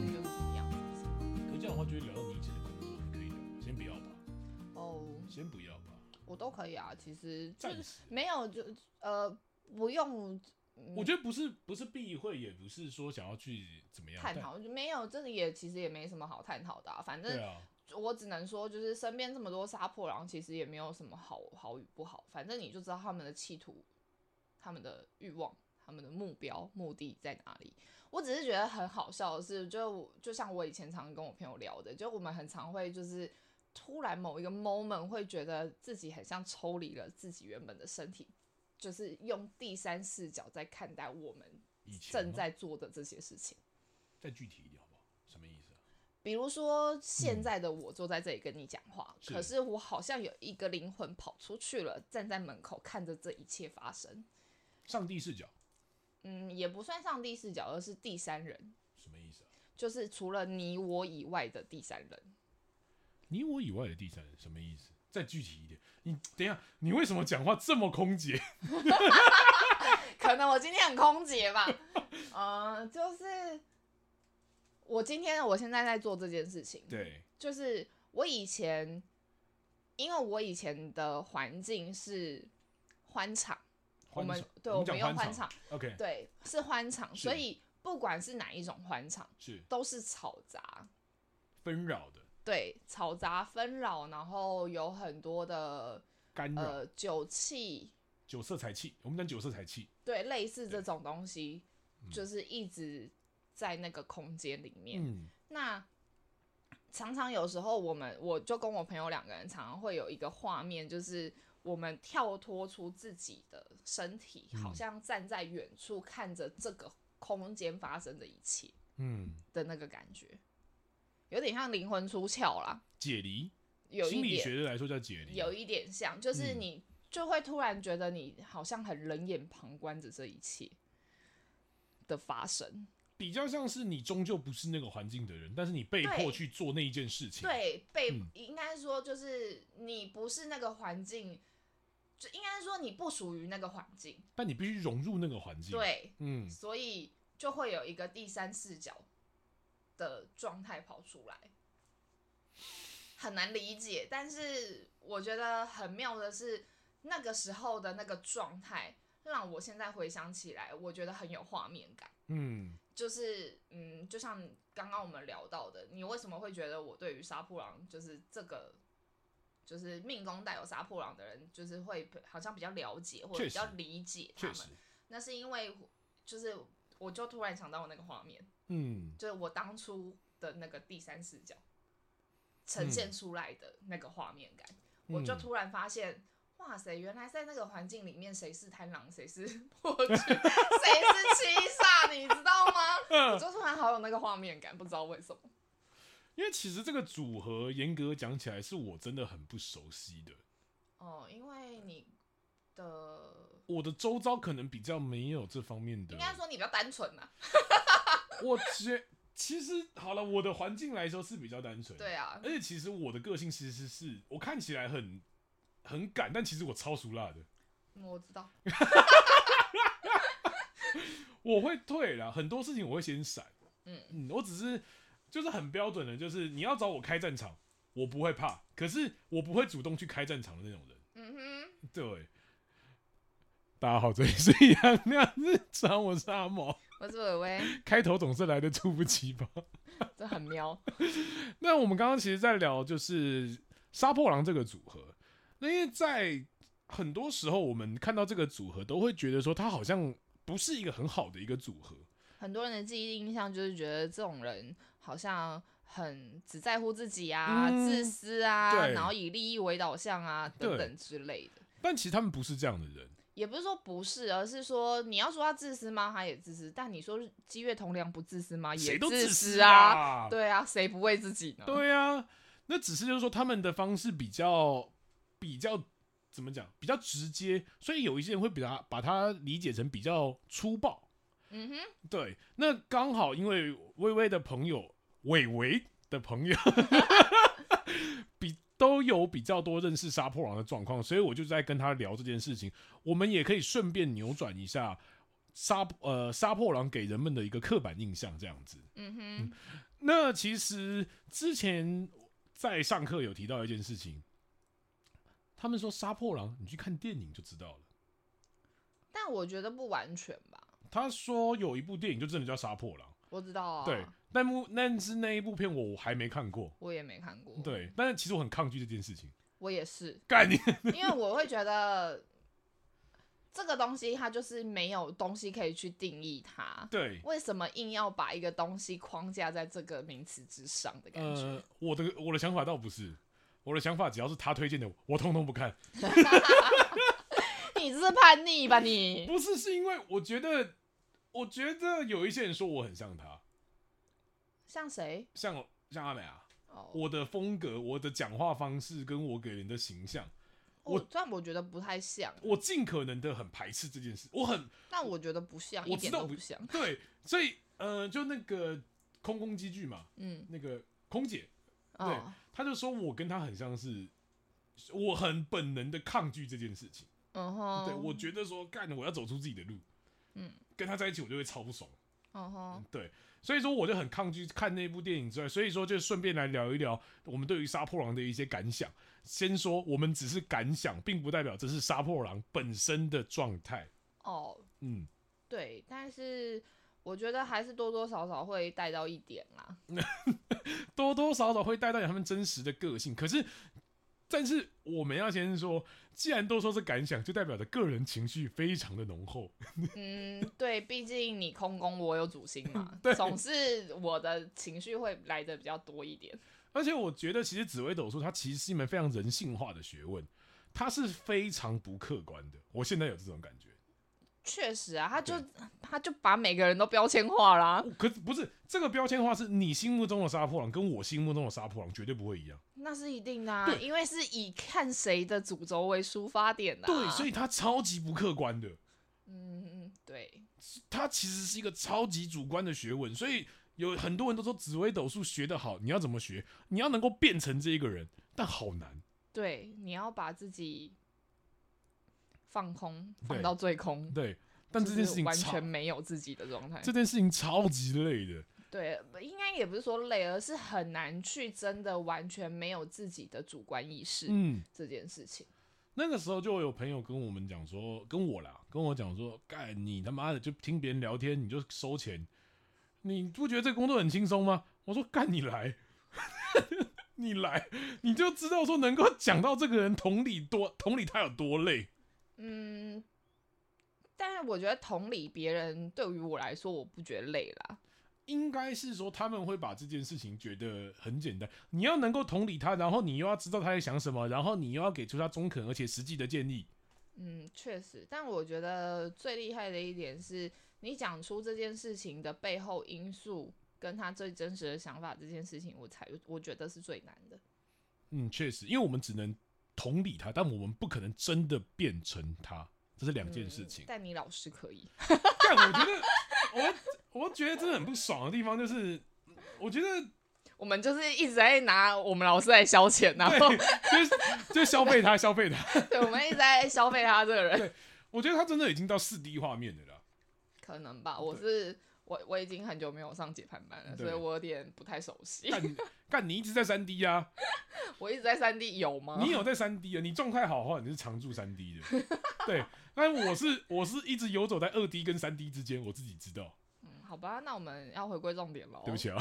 哦以啊，其实就暂是时没有就呃不用我觉得不是不是避讳，也不是说想要去怎么样探但讨，就没有这里也其实也没什么好探讨的、啊，反对正啊，我只能说就是身边这么多杀破狼，其实也没有什么好好与不好，反正你就知道他们的企图、他们的欲望、他们的目标、目的在哪里。我只是觉得很好笑的是，就我就像我以前常跟我朋友聊的，就我们很常会就是。突然某一个 moment 会觉得自己很像抽离了自己原本的身体，就是用第三视角在看待我们以前正吗在做的这些事情。再具体一点好不好？什么意思啊？比如说，现在的我坐在这里跟你讲话，嗯是可是我好像有一个灵魂跑出去了，站在门口看着这一切发生。上帝视角嗯，也不算上帝视角，而是第三人，什么意思啊？就是除了你我以外的第三人。你我以外的第三人什么意思？再具体一点，你等一下，你为什么讲话这么 空姐？可能我今天很空姐 吧，嗯、就是我今天我现在在做这件事情，对，就是我以前，因为我以前的环境是欢场，我们欢场对我我们讲们用欢欢场场。 ，OK，对，是欢场，是所以不管是哪一种欢场，是都是吵杂，纷扰的对，吵杂纷扰，然后有很多的干扰、呃酒气，酒色财气，我们讲酒色财气，对，类似这种东西，就是一直在那个空间里面。嗯，那常常有时候我们，我就跟我朋友两个人，常常会有一个画面，就是我们跳脱出自己的身体，嗯好像站在远处看着这个空间发生的一切。嗯，的那个感觉，有点像灵魂出窍啦，解离，有心一理点学的来说叫解离，有一点像，就是嗯你就会突然觉得你好像很冷眼旁观着这一切的发生。比较像是你终究不是那个环境的人，但是你被迫对去做那一件事情，，对，被、嗯应该说就是你不是那个环境，就应该说你不属于那个环境，但你必须融入那个环境，，对，嗯，所以就会有一个第三视角的状态跑出来，很难理解。但是我觉得很妙的是，那个时候的那个状态，让我现在回想起来，我觉得很有画面感。嗯，就是嗯，就像刚刚我们聊到的，你为什么会觉得我对于杀破狼就是这个？就是命宫带有杀破狼的人，就是会好像比较了解或者确比较实理解他确们。实，那是因为就是我就突然想到我那个画面，嗯，就是我当初的那个第三视角呈现出来的那个画面感，我就嗯突然发现。哇塞！原来在那个环境里面，谁是贪狼，谁是 破军，谁是七煞，你知道吗？我就突然好有那个画面感，不知道为什么。因为其实这个组合严格讲起来是我真的很不熟悉的，哦，因为你的我的周遭可能比较没有这方面的应，该说你比较单纯呐、 我觉其实好了，我的环境来说是比较单纯，对啊，而且其实我的个性其实是我看起来很很敢，但其实我超俗辣的，嗯我知道。我会退啦，很多事情我会先闪。嗯嗯，我只是就是很标准的，就是你要找我开战场，我不会怕，可是我不会主动去开战场的那种人。嗯哼。对，大家好，这里是一样那样日常，我是阿毛。我是伟伟，开头总是来的猝不及防。这很喵。那我们刚刚其实，在聊就是杀破狼这个组合，那因为在很多时候我们看到这个组合，都会觉得说它好像不是一个很好的一个组合。很多人的记忆印象就是觉得这种人好像很只在乎自己啊、嗯自私啊，对然后以利益为导向啊等对等之类的。但其实他们不是这样的人，也不是说不是，而是说你要说他自私吗？他也自私，但你说积月同梁不自私吗？也谁都自私啊。啊对啊，谁不为自己呢？对啊，那只是就是说他们的方式比较比较怎么讲，比较直接，所以有一些人会比较把它理解成比较粗暴。嗯哼，对，那刚好因为微微的朋友，伟伟的朋友 比都有比较多认识杀破狼的状况，所以我就在跟他聊这件事情。我们也可以顺便扭转一下杀呃杀破狼给人们的一个刻板印象，这样子。嗯哼，那其实之前在上课有提到一件事情，他们说杀破狼，你去看电影就知道了。但我觉得不完全吧，他说有一部电影就真的叫杀破狼，我知道啊，对，但部但是那一部片我我还没看过，我也没看过，，对，但是其实我很抗拒这件事情。我也是，干你！ 因为我会觉得这个东西它就是没有东西可以去定义它，对，为什么硬要把一个东西框架在这个名词之上的感觉？呃，我的我的想法倒不是，我的想法只要是他推荐的，我通通不看。你这是叛逆吧你？不是，是因为我觉得，我觉得有一些人说我很像他，像谁？像像阿美啊，哦，我的风格、我的讲话方式跟我给人的形象，我我但我觉得不太像，我尽可能的很排斥这件事，我很但我觉得不像，我一知点道都不不像。对，所以呃，就那个空空机剧嘛，嗯，那个空姐，哦，她就说我跟她很像是，我很本能的抗拒这件事情。嗯哼，对，我觉得说干，我要走出自己的路。嗯，跟他在一起我就会超不爽。嗯哼，对，所以说我就很抗拒看那部电影之外，所以说就顺便来聊一聊我们对于杀破狼的一些感想。先说我们只是感想，并不代表这是杀破狼本身的状态。哦，嗯，对，但是我觉得还是多多少少会带到一点啦。多多少少会带到他们真实的个性，可是。但是我们要先说，既然都说是感想，就代表着个人情绪非常的浓厚。嗯，对，毕竟你空宫，我有主心嘛 对，总是我的情绪会来的比较多一点。而且我觉得，其实紫微斗数它其实是一门非常人性化的学问，它是非常不客观的。我现在有这种感觉，确实啊，他就他就把每个人都标签化啦。 可是不是这个标签化是你心目中的杀破狼，跟我心目中的杀破狼绝对不会一样。那是一定的、啊，对因为是以看谁的主轴为出发点的、啊。对，所以它超级不客观的，嗯，对，它其实是一个超级主观的学问。所以有很多人都说紫微斗数学得好，你要怎么学？你要能够变成这一个人，但好难。对，你要把自己放空，对放到最空，对，但这件事情就是完超全没有自己的状态这。件事情超级累的。对，应该也不是说累，而是很难去真的完全没有自己的主观意识、嗯。这件事情。那个时候就有朋友跟我们讲说，跟我啦，跟我讲说，干你他妈的就听别人聊天，你就收钱，你不觉得这工作很轻松吗？我说干你来， 你来，你就知道说能够讲到这个人同理多同理他有多累，嗯，但是我觉得同理别人对于我来说，我不觉得累啦。应该是说他们会把这件事情觉得很简单，你要能够同理他，然后你又要知道他在想什么，然后你又要给出他中肯而且实际的建议。嗯，确实，但我觉得最厉害的一点是你讲出这件事情的背后因素，跟他最真实的想法这件事情，我才我觉得是最难的。嗯，确实，因为我们只能同理他，但我们不可能真的变成他，这是两件事情嗯。但你老师可以， 但我觉得，我我觉得真的很不爽的地方就是，我觉得我们就是一直在拿我们老师来消遣，然后对，就是就是消费他，消费他。 对我们一直在消费他这个人，我觉得他真的已经到四 D 画面的了啦。可能吧。我是我我已经很久没有上解盘班了，对所以我有点不太熟悉。干干，你一直在三 D 啊，我一直在三 D 有吗？你有在三 D 啊？你状态好的话，你是常驻三 D 的。对，但我是我是一直游走在二 D 跟三 D 之间，我自己知道。嗯好吧，那我们要回归重点喽。对不，起啊，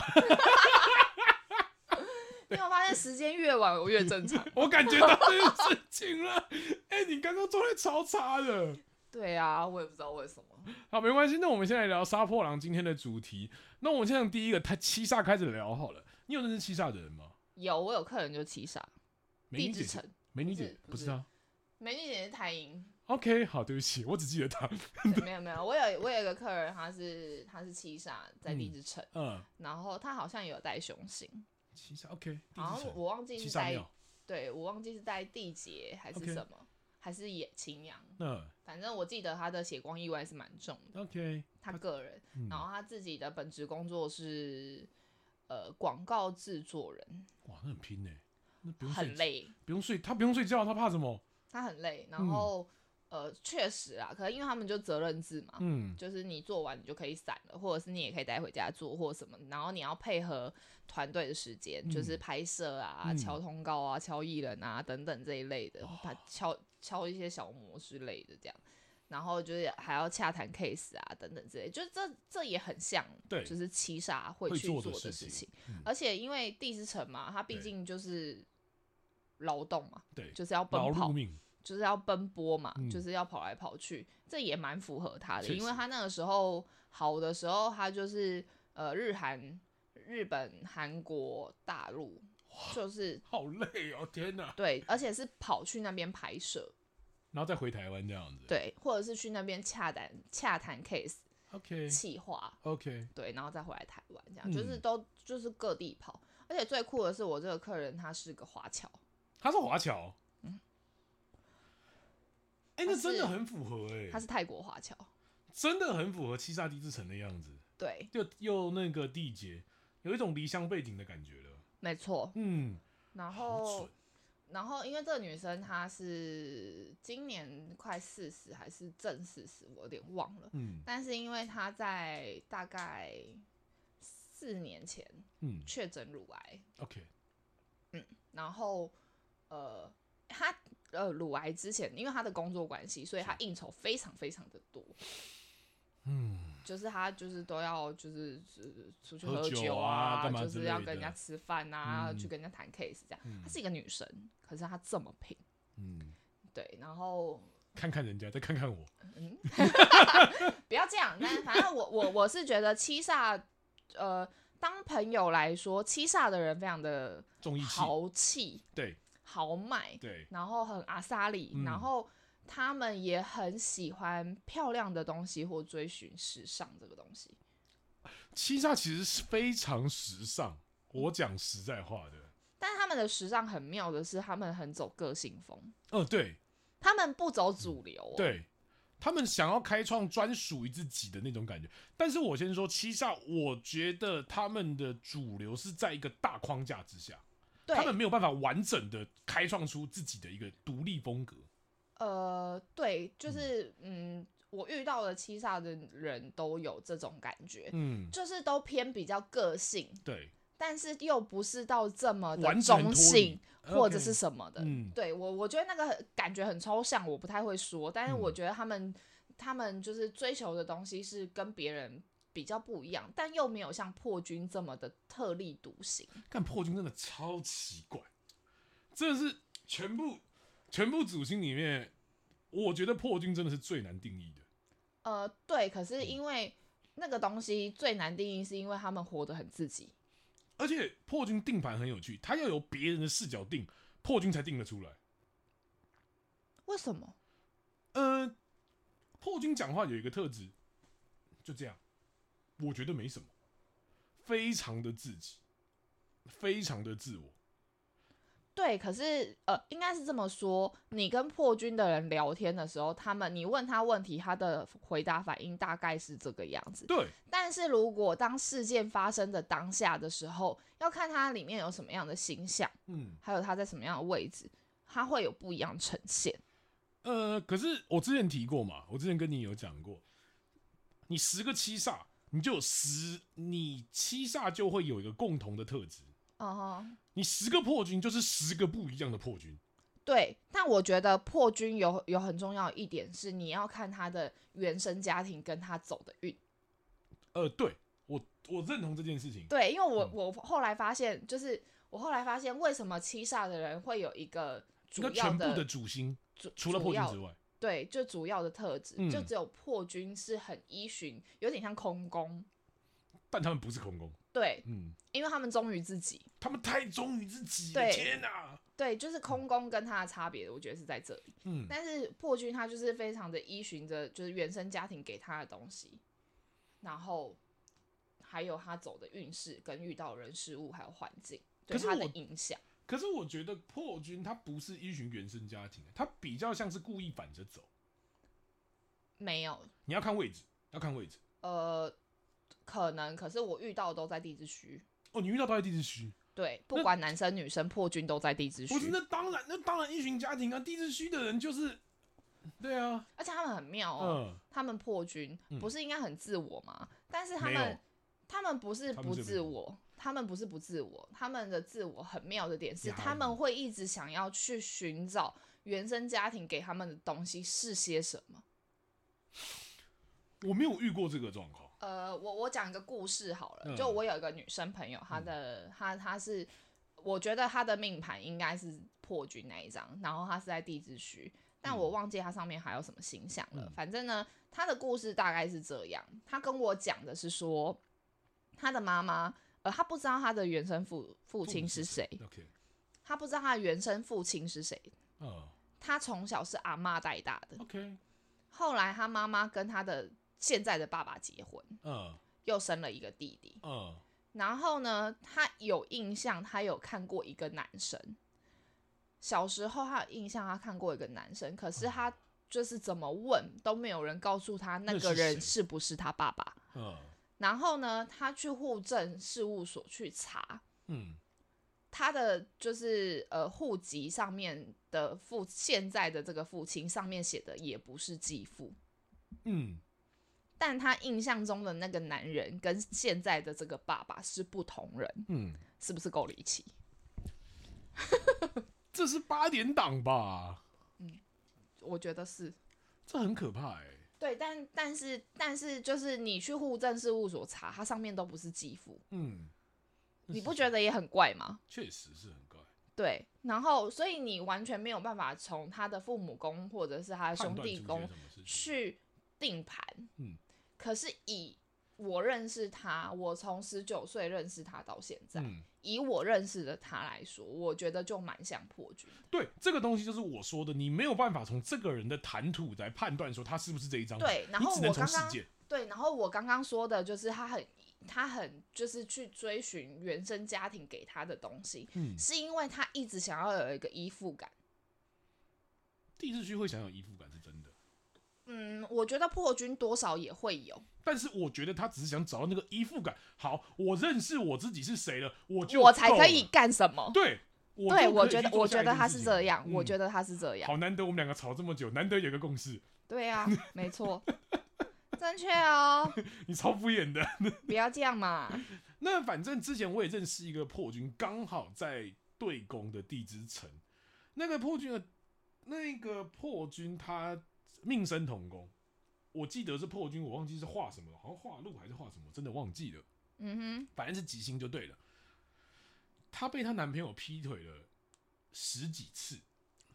你有发现时间越晚我越正 常？我感觉到这件事情了。哎、你刚刚状态超差的。对啊，我也不知道为什么。好，没关系。那我们先来聊杀破狼今天的主题。那我们先从第一个，他七煞开始聊好了。你有认识七煞的人吗？有，我有客人就七煞，美地女姐之姐，城，美女不姐是姐不不是是她。美女姐姐台银。 OK，好，对不起，我只记得她。对没有没有，我有我有一个客人，他是他是七煞在地之城，嗯，然后他好像有带雄性，七煞 OK，第好一像层我忘记七是煞带庙。对我忘记是带地劫还是 OK 什么还是野秦阳，嗯反正我记得他的血光意外是蛮重的， ，OK，他个人，嗯然，后他自己的本职工作是呃广告制作人，哇，那很拼呢。那不用睡很，累，哦不用睡，他不用睡觉，他怕什么？他很累，然后呃，确实啊，可能因为他们就责任制嘛，嗯，就是你做完你就可以散了，或者是你也可以带回家做或什么，然后你要配合团队的时间，就是嗯拍摄啊、嗯哦敲通告啊、敲艺人啊等等这一类的，把敲敲一些小模之类的这样，然后就是还要洽谈 case 啊等等之类，就是这这也很像，对就是七杀会会去做的的事事情情，嗯而且因为地之城嘛，它毕对竟就是劳动嘛，对，就是要奔劳跑碌，命，就是要奔波嘛，嗯就是要跑来跑去，这也蛮符合他的，确因为实他那个时候好的时候，他就是呃日韩、日本、韩国、大陆，就是好累哦，天哪！对，而且是跑去那边拍摄，然后再回台湾这样子，对，或者是去那边洽谈洽谈 case ，OK 企划， OK，对，然后再回来台湾，这样、就是嗯都就是各地跑，而且最酷的是我这个客人他是个华侨，他是华侨，哎、那他真嗯是的很符合哎、他是泰国华侨，真的很符合七煞地之城的样子，对，又又那个地节，有一种离乡背景的感觉了，没错，嗯，然好后准。，然后，因为这个女生她是今年快四十还是正四十，我有点忘了。嗯但是因为她在大概四年前嗯确诊乳癌， ，OK，然后呃，她呃乳癌之前，因为她的工作关系，所以她应酬非常非常的多，嗯，就是她就是都要就是呃出去喝喝酒酒啊干嘛就之是要类跟人家的吃饭啊，嗯去跟人家谈 case 这样。嗯她是一个女生，可是她这么拼，嗯，对，然后看看人家，再看看我，嗯，不要这样。但是反正我我我是觉得七煞，呃，当朋友来说，七煞的人非常的重义气，豪气、对豪迈，对，然后很阿萨里，嗯然后他们也很喜欢漂亮的东西或追寻时尚这个东西。七煞其实是非常时尚，我讲实在话的，但他们的时尚很妙的是，他们很走个性风，嗯，对他们不走主流、哦。，对，他们想要开创专属于自己的那种感觉。但是我先说七煞，我觉得他们的主流是在一个大框架之下，对他们没有办法完整的开创出自己的一个独立风格。呃，对，就是嗯，我遇到的七煞的人都有这种感觉。嗯，就是都偏比较个性，对，但是又不是到这么的完全中性或者是什么的。嗯对我，我觉得那个很感觉很抽象，我不太会说，但是我嗯觉得他们、他们就是追求的东西是跟别人。比较不一样，但又没有像破军这么的特立独行。干破军真的超奇怪，真的是全部全部主星里面，我觉得破军真的是最难定义的。呃，对，可嗯是因为那个东西最难定义，是因为他们活得很自己。而且破军定盘很有趣，他要由别人的视角定，破军才定得出来。为什么？呃，破军讲话有一个特质，就这样，我觉得没什么，非常的自己，非常的自我。对，可是呃，应该是这么说，你跟破军的人聊天的时候，他们你问他问题，他的回答反应大概是这个样子。对，但是如果当事件发生的当下的时候，要看他里面有什么样的形象，嗯，还有他在什么样的位置，他会有不一样呈现。呃，可是我之前提过嘛，我之前跟你有讲过，你十个七煞，你就有十，你七煞就会有一个共同的特质，嗯哼、你十个破军就是十个不一样的破军。对，但我觉得破军有有很重要的一点是，你要看他的原生家庭跟他走的运。呃，对我我认同这件事情。对，因为我嗯我后来发现，就是我后来发现，为什么七煞的人会有一个主那要全部的主星，主除了破主军要之外，对，就主要的特质，就嗯只有破军是很依循，有点像空宫，但他们不是空宫。对，嗯，因为他们忠于自己，他们太忠于自己了，对天哪、对，就是空宫跟他的差别，我觉得是在这里。嗯，但是破军他就是非常的依循着就是原生家庭给他的东西，然后还有他走的运势跟遇到的人事物还有环境对可是他的我影响。可是我觉得破军他不是依循原生家庭，他比较像是故意反着走。没有，你要看位置，要看位置。呃，可能，可是我遇到的都在地之虚，哦，你遇到他在地之虚，对，不那管男生女生破军都在地之虚不。是？那当然，那当然依循家庭啊，地之虚的人就是对啊，而且他们很妙哦，嗯，他们破军嗯不是应该很自我吗？但是他没有们他们不是他们不是自我，他们不是不自我，他们的自我很妙的点是，呀他们会一直想要去寻找原生家庭给他们的东西是些什么。我没有遇过这个状况。呃，我我讲一个故事好了，嗯就我有一个女生朋友，她的、她她是，我觉得她的命盘应该是破军那一张，然后她是在地支虚，但我忘记她上面还有什么星象了。嗯反正呢，她的故事大概是这样，她跟我讲的是说，她的妈妈，呃，她不知道她的原生父父亲是谁， ？OK，她不知道她的原生父亲是谁，嗯她从小是阿妈带大的， ，OK，后来她妈妈跟她的现在的爸爸结婚，嗯又生了一个弟弟。嗯，然后呢，他有印象，他有看过一个男生。小时候他有印象，他看过一个男生，可是他就是怎么问都没有人告诉他那那个是谁人是不是他爸爸。嗯然后呢，他去户政事务所去查嗯，他的就是呃户籍上面的父现在的这个父亲上面写的也不是继父，嗯，但他印象中的那个男人跟现在的这个爸爸是不同人，嗯，是不是够离奇？这是八点档吧？我觉得是这很可怕哎、对，但但是但是就是你去户政事务所查，它上面都不是继父，嗯，你不觉得也很怪吗？确实是很怪，对，然后所以你完全没有办法从他的父母宫或者是他的兄弟判断宫出啊些什么事情？去定盘。嗯，可是以我认识他，我从十九岁认识他到现在，嗯，以我认识的他来说，我觉得就蛮像破军的。对，这个东西就是我说的，你没有办法从这个人的谈吐来判断说他是不是这一张牌，对然后你只能我从刚事刚件。对，然后我刚刚说的就是他很，他很就是去追寻原生家庭给他的东西，嗯，是因为他一直想要有一个依附感。地质区会享有依附感是真的，嗯，我觉得破军多少也会有，但是我觉得他只是想找到那个依附感。好，我认识我自己是谁了，我就我才够可以了。干什么？对，我对，就我可以觉去得，做我下觉一得件他事是情这样，我嗯觉得他是这样，好难得我们两个吵这么久，难得有个共识，对 啊，没错，正确哦，你超敷衍的。不要这样嘛。那反正之前我也认识一个破军，刚好在对宫的地之城。那个破军的，呃那个破军他命生同宫，我记得是破军，我忘记是画什么，好像画鹿还是画什么，我真的忘记了。嗯反正是吉星就对了。她被她男朋友劈腿了十几次，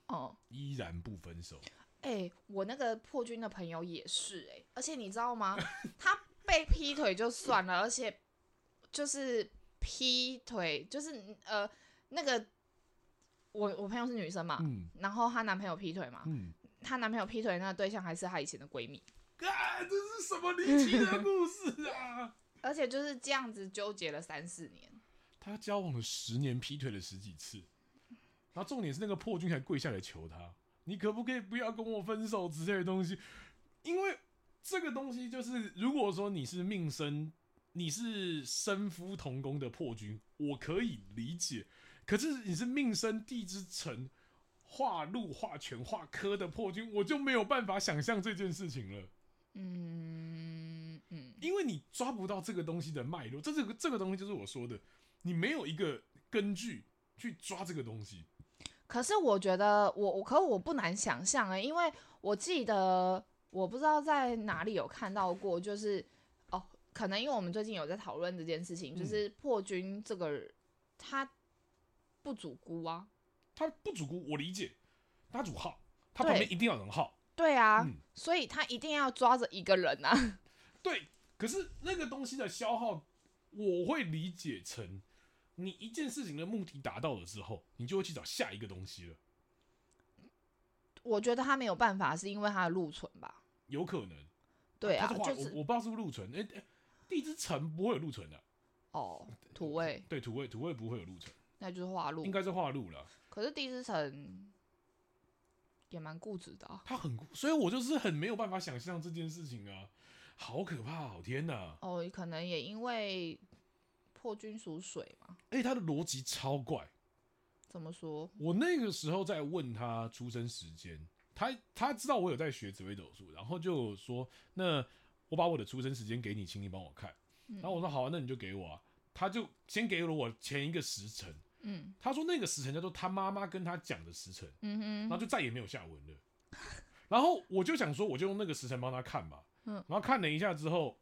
哼，哦，依然不分手。哎、我那个破军的朋友也是哎、而且你知道吗？他被劈腿就算了，而且就是劈腿，就是呃那个我我朋友是女生嘛，嗯然后她男朋友劈腿嘛，嗯，她男朋友劈腿的那个对象还是她以前的闺蜜，啊，这是什么离奇的故事啊！而且就是这样子纠结了三四年。她交往了十年，劈腿了十几次，然后重点是那个破军还跪下来求她：“你可不可以不要跟我分手之类的东西？”因为这个东西就是，如果说你是命生，你是身夫同工的破军，我可以理解。可是你是命生地之臣，化禄、化权、化科的破军，我就没有办法想象这件事情了，嗯嗯，因为你抓不到这个东西的脉络。这这个这个东西就是我说的，你没有一个根据去抓这个东西。可是我觉得我我可我不难想象哎、因为我记得我不知道在哪里有看到过，就是哦，可能因为我们最近有在讨论这件事情，就嗯是破军这个人他不主孤啊，他不主孤，我理解，他主号，他对旁边一定要有人号。对啊，嗯所以他一定要抓着一个人啊， 对，可是那个东西的消耗，我会理解成你一件事情的目的达到了之后，你就会去找下一个东西了，我觉得他没有办法，是因为他的禄存吧。有可能。对啊，它是画就我是我不知道是不是禄存，哎、哎地之城不会有禄存的、哦，土味，对，土味土味不会有禄存，那就是化禄嗯应。该是化禄了。可是地之城也蛮固执的、啊。他很，所以我就是很没有办法想象这件事情啊，好可怕，好天哪！哦，可能也因为破军属水嘛？哎、他的逻辑超怪。怎么说？我那个时候在问他出生时间，他他知道我有在学紫微斗数，然后就说：“那我把我的出生时间给你，请你帮我看。”嗯然后我说：“好啊，那你就给我啊。”他就先给了我前一个时辰，嗯他说那个时辰叫做他妈妈跟他讲的时辰，嗯然后哼，就再也没有下文了。然后我就想说，我就用那个时辰帮他看吧。嗯然后看了一下之后，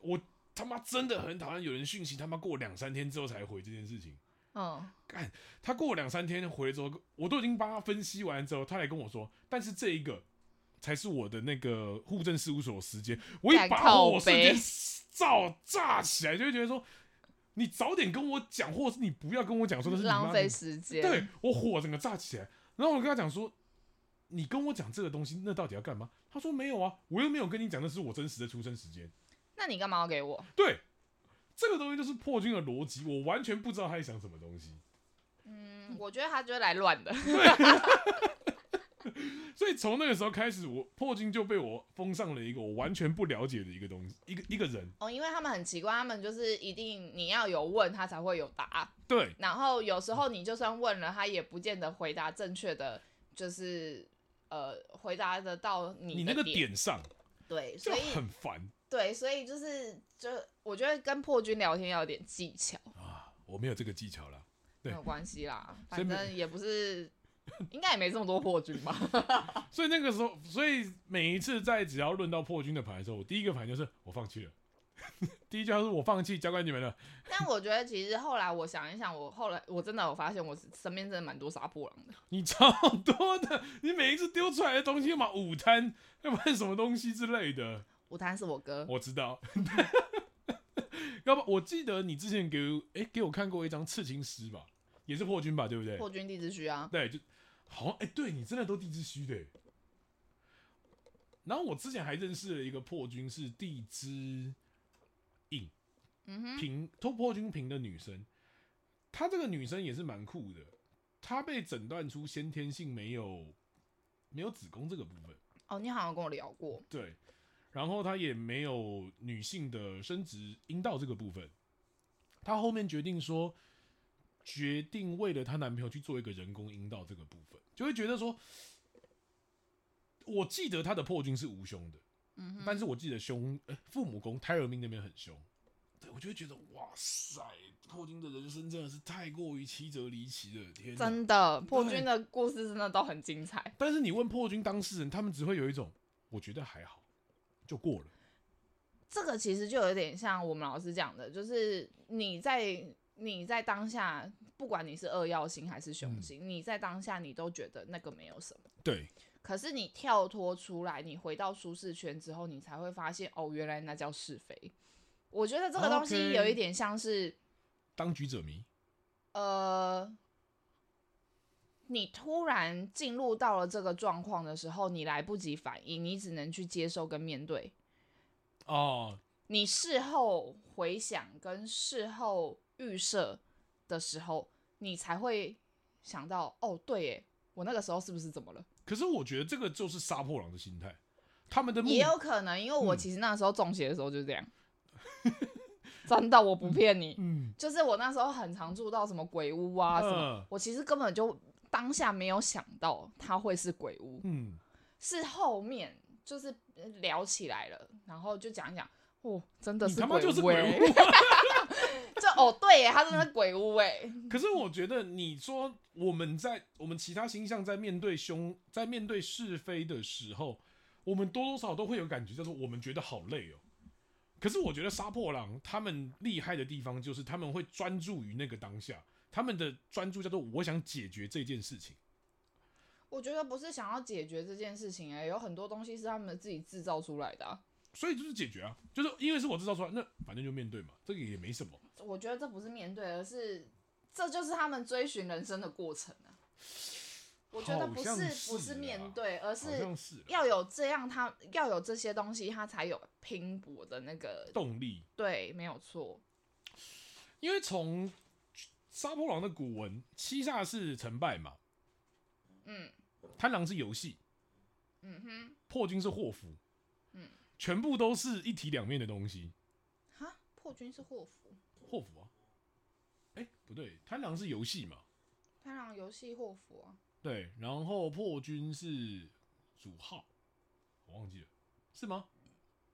我他妈真的很讨厌有人讯息他妈过两三天之后才回这件事情。嗯他过两三天回了之后，我都已经帮他分析完之后，他来跟我说，但是这一个才是我的那个户政事务所时间，我一干把靠火我瞬间 北炸炸起来，就会觉得说，你早点跟我讲，或是你不要跟我讲说那是你妈浪费咪时间，对我火整个炸起来，然后我跟他讲说，你跟我讲这个东西，那到底要干嘛？他说没有啊，我又没有跟你讲那是我真实的出生时间。那你干嘛要给我？对，这个东西就是破军的逻辑，我完全不知道他在想什么东西。嗯，我觉得他就是来乱的， 所以从那个时候开始，我破军就被我封上了一个我完全不了解的一个东西，一个一个人。哦，因为他们很奇怪，他们就是一定你要有问他才会有答案，对然后有时候你就算问了，他也不见得回答正确的，就是呃回答得到你你的那个点上对，就所以很烦对，所以就是就我觉得跟破军聊天要有点技巧，啊！我没有这个技巧啦，对没有关系啦，所以反没正也不是，应该也没这么多破军吧。 所以那个时候，所以每一次在只要论到破军的牌的时候，我第一个牌就是 我放弃了，第一句话是我放弃，交给你们了。但我觉得其实后来我想一想，我后来我真的有发现，我身边真的蛮多杀破狼的。你超多的，你每一次丢出来的东西，要么午餐，要不然什么东西之类的，武丹是我哥，我知道。 要不，我记得你之前给我哎、给我看过一张刺青师吧，也是破军吧，对不对？破军地之虚啊，对，就好像哎、对你真的都地之虚的欸。然后我之前还认识了一个破军是地之嗯哼，平突破军平的女生，她这个女生也是蛮酷的，她被诊断出先天性没有没有子宫这个部分，哦，你好像跟我聊过，对，然后她也没有女性的生殖阴道这个部分，她后面决定说，决定为了她男朋友去做一个人工阴道这个部分，就会觉得说，我记得她的破军是无胸的，嗯哼，但是我记得凶，呃父母宫胎儿命那边很凶，对我就会觉得哇塞，破军的人生真的是太过于曲折离奇了，天哪！真的破军的故事真的都很精彩。但是你问破军当事人，他们只会有一种我觉得还好，就过了。这个其实就有点像我们老师讲的，就是你在你在当下，不管你是恶耀星还是雄星，嗯你在当下你都觉得那个没有什么。对可是你跳脱出来，你回到舒适圈之后，你才会发现，哦，原来那叫是非。我觉得这个东 OK 西有一点像是当局者迷，呃，你突然进入到了这个状况的时候，你来不及反应，你只能去接受跟面对。哦，你事后回想跟事后预设的时候，你才会想到，哦，对，耶，我那个时候是不是怎么了？可是我觉得这个就是杀破狼的心态，他们的目也有可能，因为我嗯其实那时候中邪的时候就是这样， 真的，我不骗你，嗯就是我那时候很常住到什么鬼屋啊什么，嗯我其实根本就当下没有想到它会是鬼屋，嗯，是后面就是聊起来了，然后就讲一讲，哦，真的你是他妈就是屋欸鬼屋。啊 就哦，对耶，他真的是鬼屋哎，可是我觉得你说我们在我们其他星象在面对凶在面对是非的时候，我们多多少少都会有感觉，叫做我们觉得好累哦。可是我觉得杀破狼他们厉害的地方就是他们会专注于那个当下，他们的专注叫做我想解决这件事情。我觉得不是想要解决这件事情哎、有很多东西是他们自己制造出来的啊、所以就是解决啊，就是因为是我制造出来，那反正就面对嘛，这个也没什么。我觉得这不是面对，而是这就是他们追寻人生的过程啊。我觉得不好像不是是啊面对，而好是像是啦要有这样他要有这些东西，他才有拼搏的那个。动力，对，没有错。因为从杀破狼的古文，七煞是成败嘛，嗯贪狼是游戏，嗯哼，破军是祸福，嗯全部都是一体两面的东西。哈，破军是祸福，祸福啊，哎、不对，贪狼是游戏嘛，贪狼游戏祸福啊。对，然后破军是主号，我忘记了，是吗？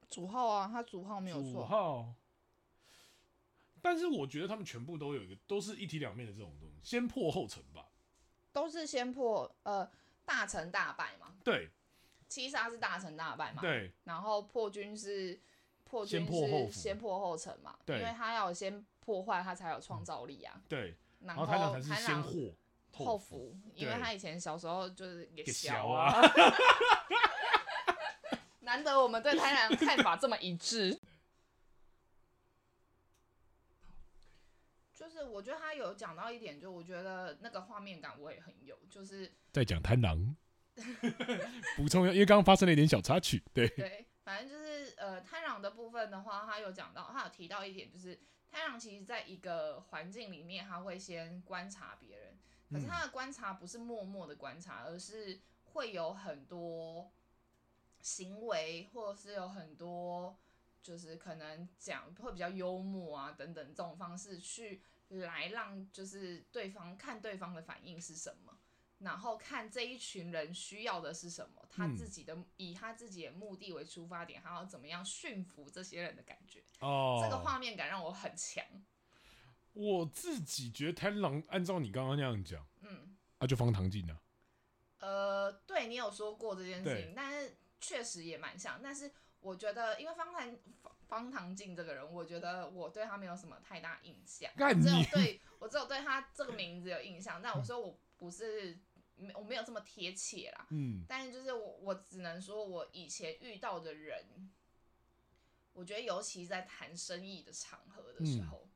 主号啊，他主号没有主错，号。但是我觉得他们全部都有一个，都是一体两面的这种东西，先破后成吧。都是先破呃大成大败嘛，对七杀是大成大败嘛，对然后破军是破军先破后是服先破后成嘛，对因为他要先破坏，他才有创造力啊。对，然嗯然后后台长才是先狼祸后福，服，因为对他以前小时候就是也给小小啊。 难得我们对贪婪看法这么一致。就是我觉得他有讲到一点，就我觉得那个画面感我也很有，就是再讲贪狼， 补充一下，因为刚刚发生了一点小插曲。对对，反正就是呃，贪狼的部分的话，他有讲到，他有提到一点，就是贪狼其实在一个环境里面，他会先观察别人，可是他的观察不是默默的观察，而是会有很多行为，或者是有很多就是可能讲会比较幽默啊等等这种方式去来让就是对方看对方的反应是什么。然后看这一群人需要的是什么，他嗯自己的、以他自己的目的为出发点，他要怎么样驯服这些人的感觉，哦，这个画面感让我很强。我自己觉得贪狼，按照你刚刚那样讲，嗯，啊，就方唐镜啊，呃，对你有说过这件事对情，但是确实也蛮像。但是我觉得，因为方唐方方唐镜这个人，我觉得我对他没有什么太大印象，我干只有你对我只有对他这个名字有印象，但我说我不是没我没有这么贴切啦。嗯，但是就是我，我只能说，我以前遇到的人，我觉得尤其在谈生意的场合的时嗯候，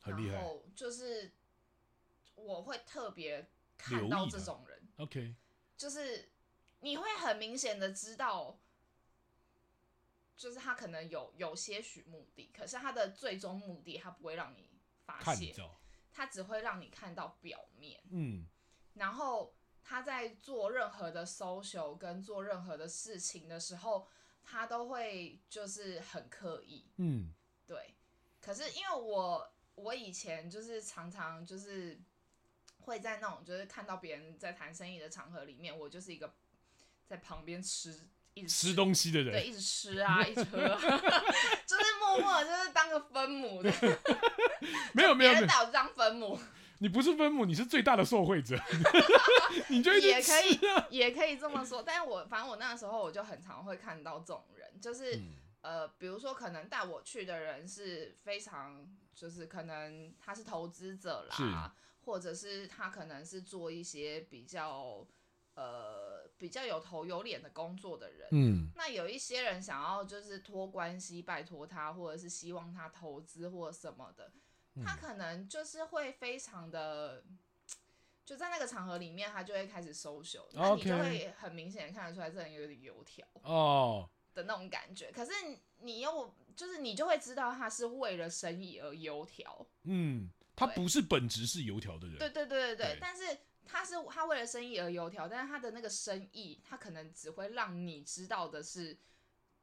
很厉然害。后就是我会特别留看意到的这种人， OK，就是你会很明显的知道，就是他可能有有些许目的，可是他的最终目的他不会让你发看现，到，他只会让你看到表面。嗯，然后他在做任何的 social 跟做任何的事情的时候，他都会就是很刻意，嗯，对。可是因为我我以前就是常常就是会在那种就是看到别人在谈生意的场合里面，我就是一个在旁边吃一直吃东西的对，人，一直吃啊，一直喝、 啊，就是默默地就是当个分母的，没别有 没有没人有，倒当分母，你不是分母，你是最大的受惠 者，你就一直也可以吃啊，也可以这么说，但是我反正我那个时候我就很常会看到这种人，就是、嗯呃，比如说可能带我去的人是非常，就是可能他是投资者啦，或者是他可能是做一些比较呃比较有头有脸的工作的人。嗯，那有一些人想要就是托关系拜托他，或者是希望他投资或什么的，嗯他可能就是会非常的，就在那个场合里面，他就会开始 social，那你就 OK 会很明显地看得出来这人有点油条哦，的那种感觉。可是你又就是你就会知道他是为了生意而油条，嗯，他对不是本质是油条的人，对对对对对对，但是。他是他为了生意而油条，但是他的那个生意，他可能只会让你知道的是，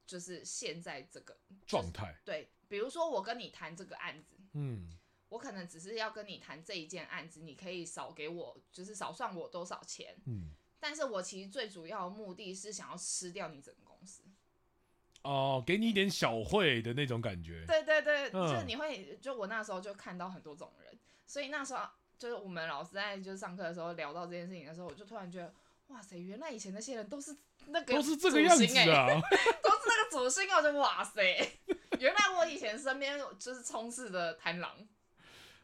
就是现在这个状态，对，比如说我跟你谈这个案子，嗯，我可能只是要跟你谈这一件案子，你可以少给我，就是少算我多少钱。嗯，但是我其实最主要的目的是想要吃掉你整个公司。哦，给你一点小惠的那种感觉，对对对，嗯就是你会，就我那时候就看到很多这种人，所以那时候就是我们老师在就是上课的时候聊到这件事情的时候，我就突然觉得，哇塞，原来以前那些人都是那个都是这个样主子心欸啊，都是那个主心，我就哇塞， 原来我以前身边就是充斥着贪狼。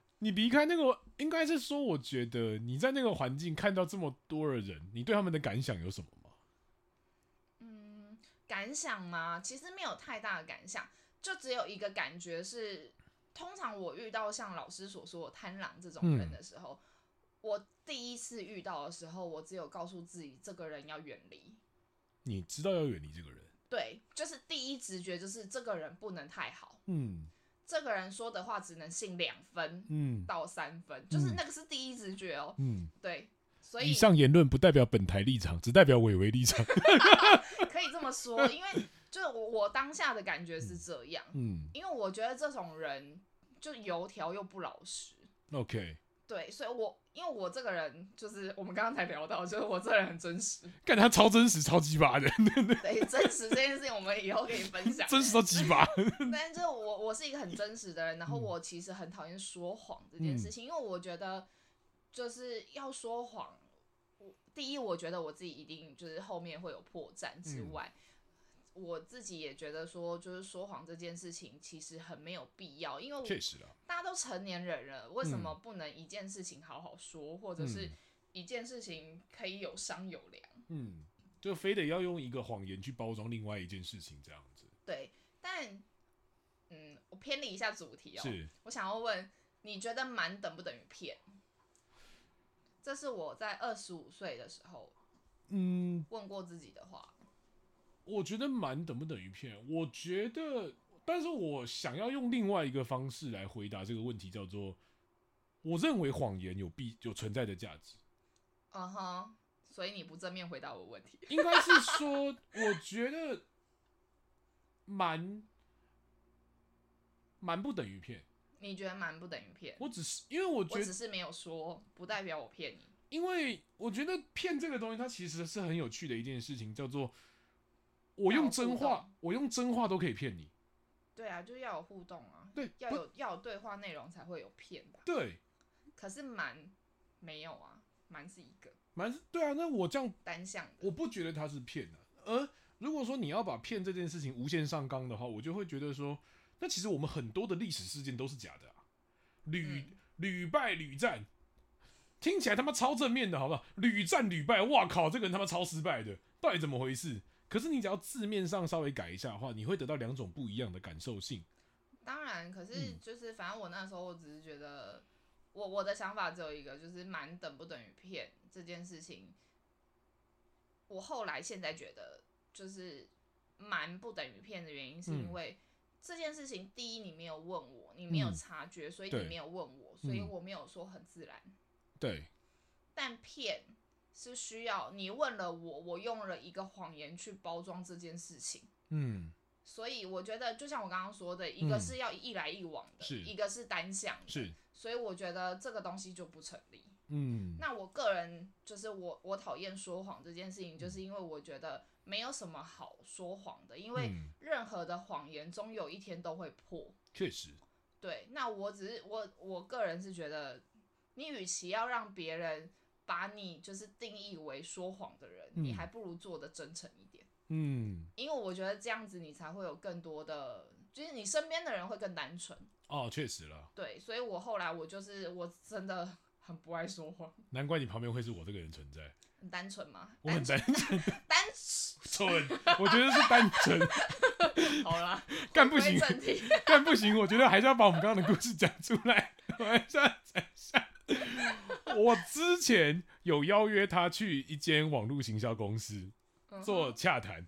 你离开那个，应该是说，我觉得你在那个环境看到这么多的人，你对他们的感想有什么吗？嗯，感想吗？其实没有太大的感想，就只有一个感觉是，通常我遇到像老师所说的贪狼这种人嗯的时候，我第一次遇到的时候，我只有告诉自己这个人要远离。你知道要远离这个人，对，就是第一直觉就是这个人不能太好，嗯这个人说的话只能信两分嗯到三分，就是嗯那个是第一直觉哦。嗯。对，所以以上言论不代表本台立场，只代表伟伟立场。可以这么说，因为就是我我当下的感觉是这样。 嗯因为我觉得这种人就油条又不老实， ，OK，对，所以我因为我这个人就是我们刚刚才聊到，就是我这个人很真 实，干他超真实，超鸡巴的，对，真实这件事情我们以后可以分享。真实到鸡 巴。但是我我是一个很真实的人，嗯然后我其实很讨厌说谎这件事情，因为我觉得就是要说谎，我第一我觉得我自己一定就是后面会有破绽之嗯外，我自己也觉得说就是说谎这件事情其实很没有必要，因为我确实啦，大家都成年人了，为什么不能一件事情好好说，或者是嗯一件事情可以有商有量？嗯，就非得要用一个谎言去包装另外一件事情，这样子对，但嗯，我偏离一下主题哦、是我想要问，你觉得瞒等不等于骗？这是我在二十五岁的时候嗯，问过自己的话。我觉得瞒等不等于骗？我觉得，但是我想要用另外一个方式来回答这个问题，叫做我认为谎言有必有存在的价值，嗯哼，所以你不正面回答我的问题。应该是说，我觉得瞒瞒不等于骗。你觉得瞒不等于骗？我只是因为我我觉只得，是没有说，不代表我骗你。因为我觉得骗这个东西，它其实是很有趣的一件事情，叫做我要用有真互话动，我用真话都可以骗你。对啊，就是要有互动啊，对要不有要有对话内容才会有骗吧。对，可是瞒没有啊，瞒是一个蛮对啊。那我这样单向的。我不觉得他是骗的、而如果说你要把骗这件事情无限上纲的话，我就会觉得说，那其实我们很多的历史事件都是假的啊，屡嗯屡、败屡战，听起来他妈超正面的，好不好？屡战屡败，哇靠，这个人他妈超失败的，到底怎么回事？可是你只要字面上稍微改一下的话，你会得到两种不一样的感受性。当然，可是嗯就是反正我那时候我只是觉得，我我的想法只有一个，就是蛮等不等于骗这件事情。我后来现在觉得，就是蛮不等于骗的原因，是因嗯为这件事情，第一你没有问我，你没有嗯察觉，所以对你没有问我，所以嗯我没有说很自然。对，但骗是需要你问了我，我用了一个谎言去包装这件事情。嗯，所以我觉得，就像我刚刚说的，一个嗯是要一来一往的，是一个是单向的，是，所以我觉得这个东西就不成立。嗯，那我个人就是我，我讨厌说谎这件事情，就是因为我觉得没有什么好说谎的，因为嗯任何的谎言终有一天都会破。确实，对，那我只是我我个人是觉得，你与其要让别人把你就是定义为说谎的人，你嗯还不如做的真诚一点。嗯，因为我觉得这样子你才会有更多的，就是你身边的人会更单纯。哦，确实了，对，所以我后来我就是我真的很不爱说谎，难怪你旁边会是我这个人存在，很单纯嘛，我很单单单蠢，我觉得是单 纯，纯好啦， 干不回行归，正题。干不行，我觉得还是要把我们刚刚的故事讲出来， 我还是要讲一下。 我之前有邀约他去一间网络行销公司嗯哼 做洽谈，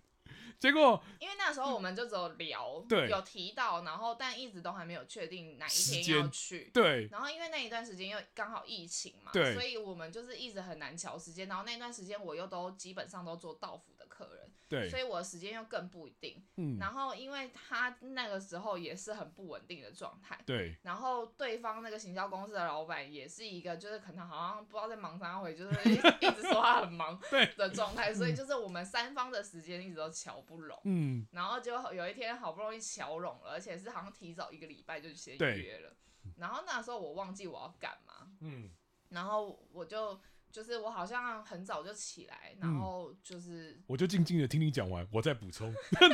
结果因为那时候我们就只有聊， 对有提到，然后但一直都还没有确定哪一时天间要去。对然后因为那一段时间又刚好疫情嘛，对所以我们就是一直很难瞧时间。然后那段时间我又都基本上都做到府的客人，所对，以我的时间又更不一定。嗯，然后因为他那个时候也是很不稳定的状态，对，然后对方那个行销公司的老板也是一个，就是可能好像不知道在忙啥回，就是一 一直说他很忙对的状态，所以就是我们三方的时间一直都瞧不拢。嗯，然后就有一天好不容易瞧拢了，而且是好像提早一个礼拜就先对约了。然后那时候我忘记我要干嘛，嗯，然后我就就是我好像很早就起来，嗯然后就是我就静静的听你讲完，我再 补充。反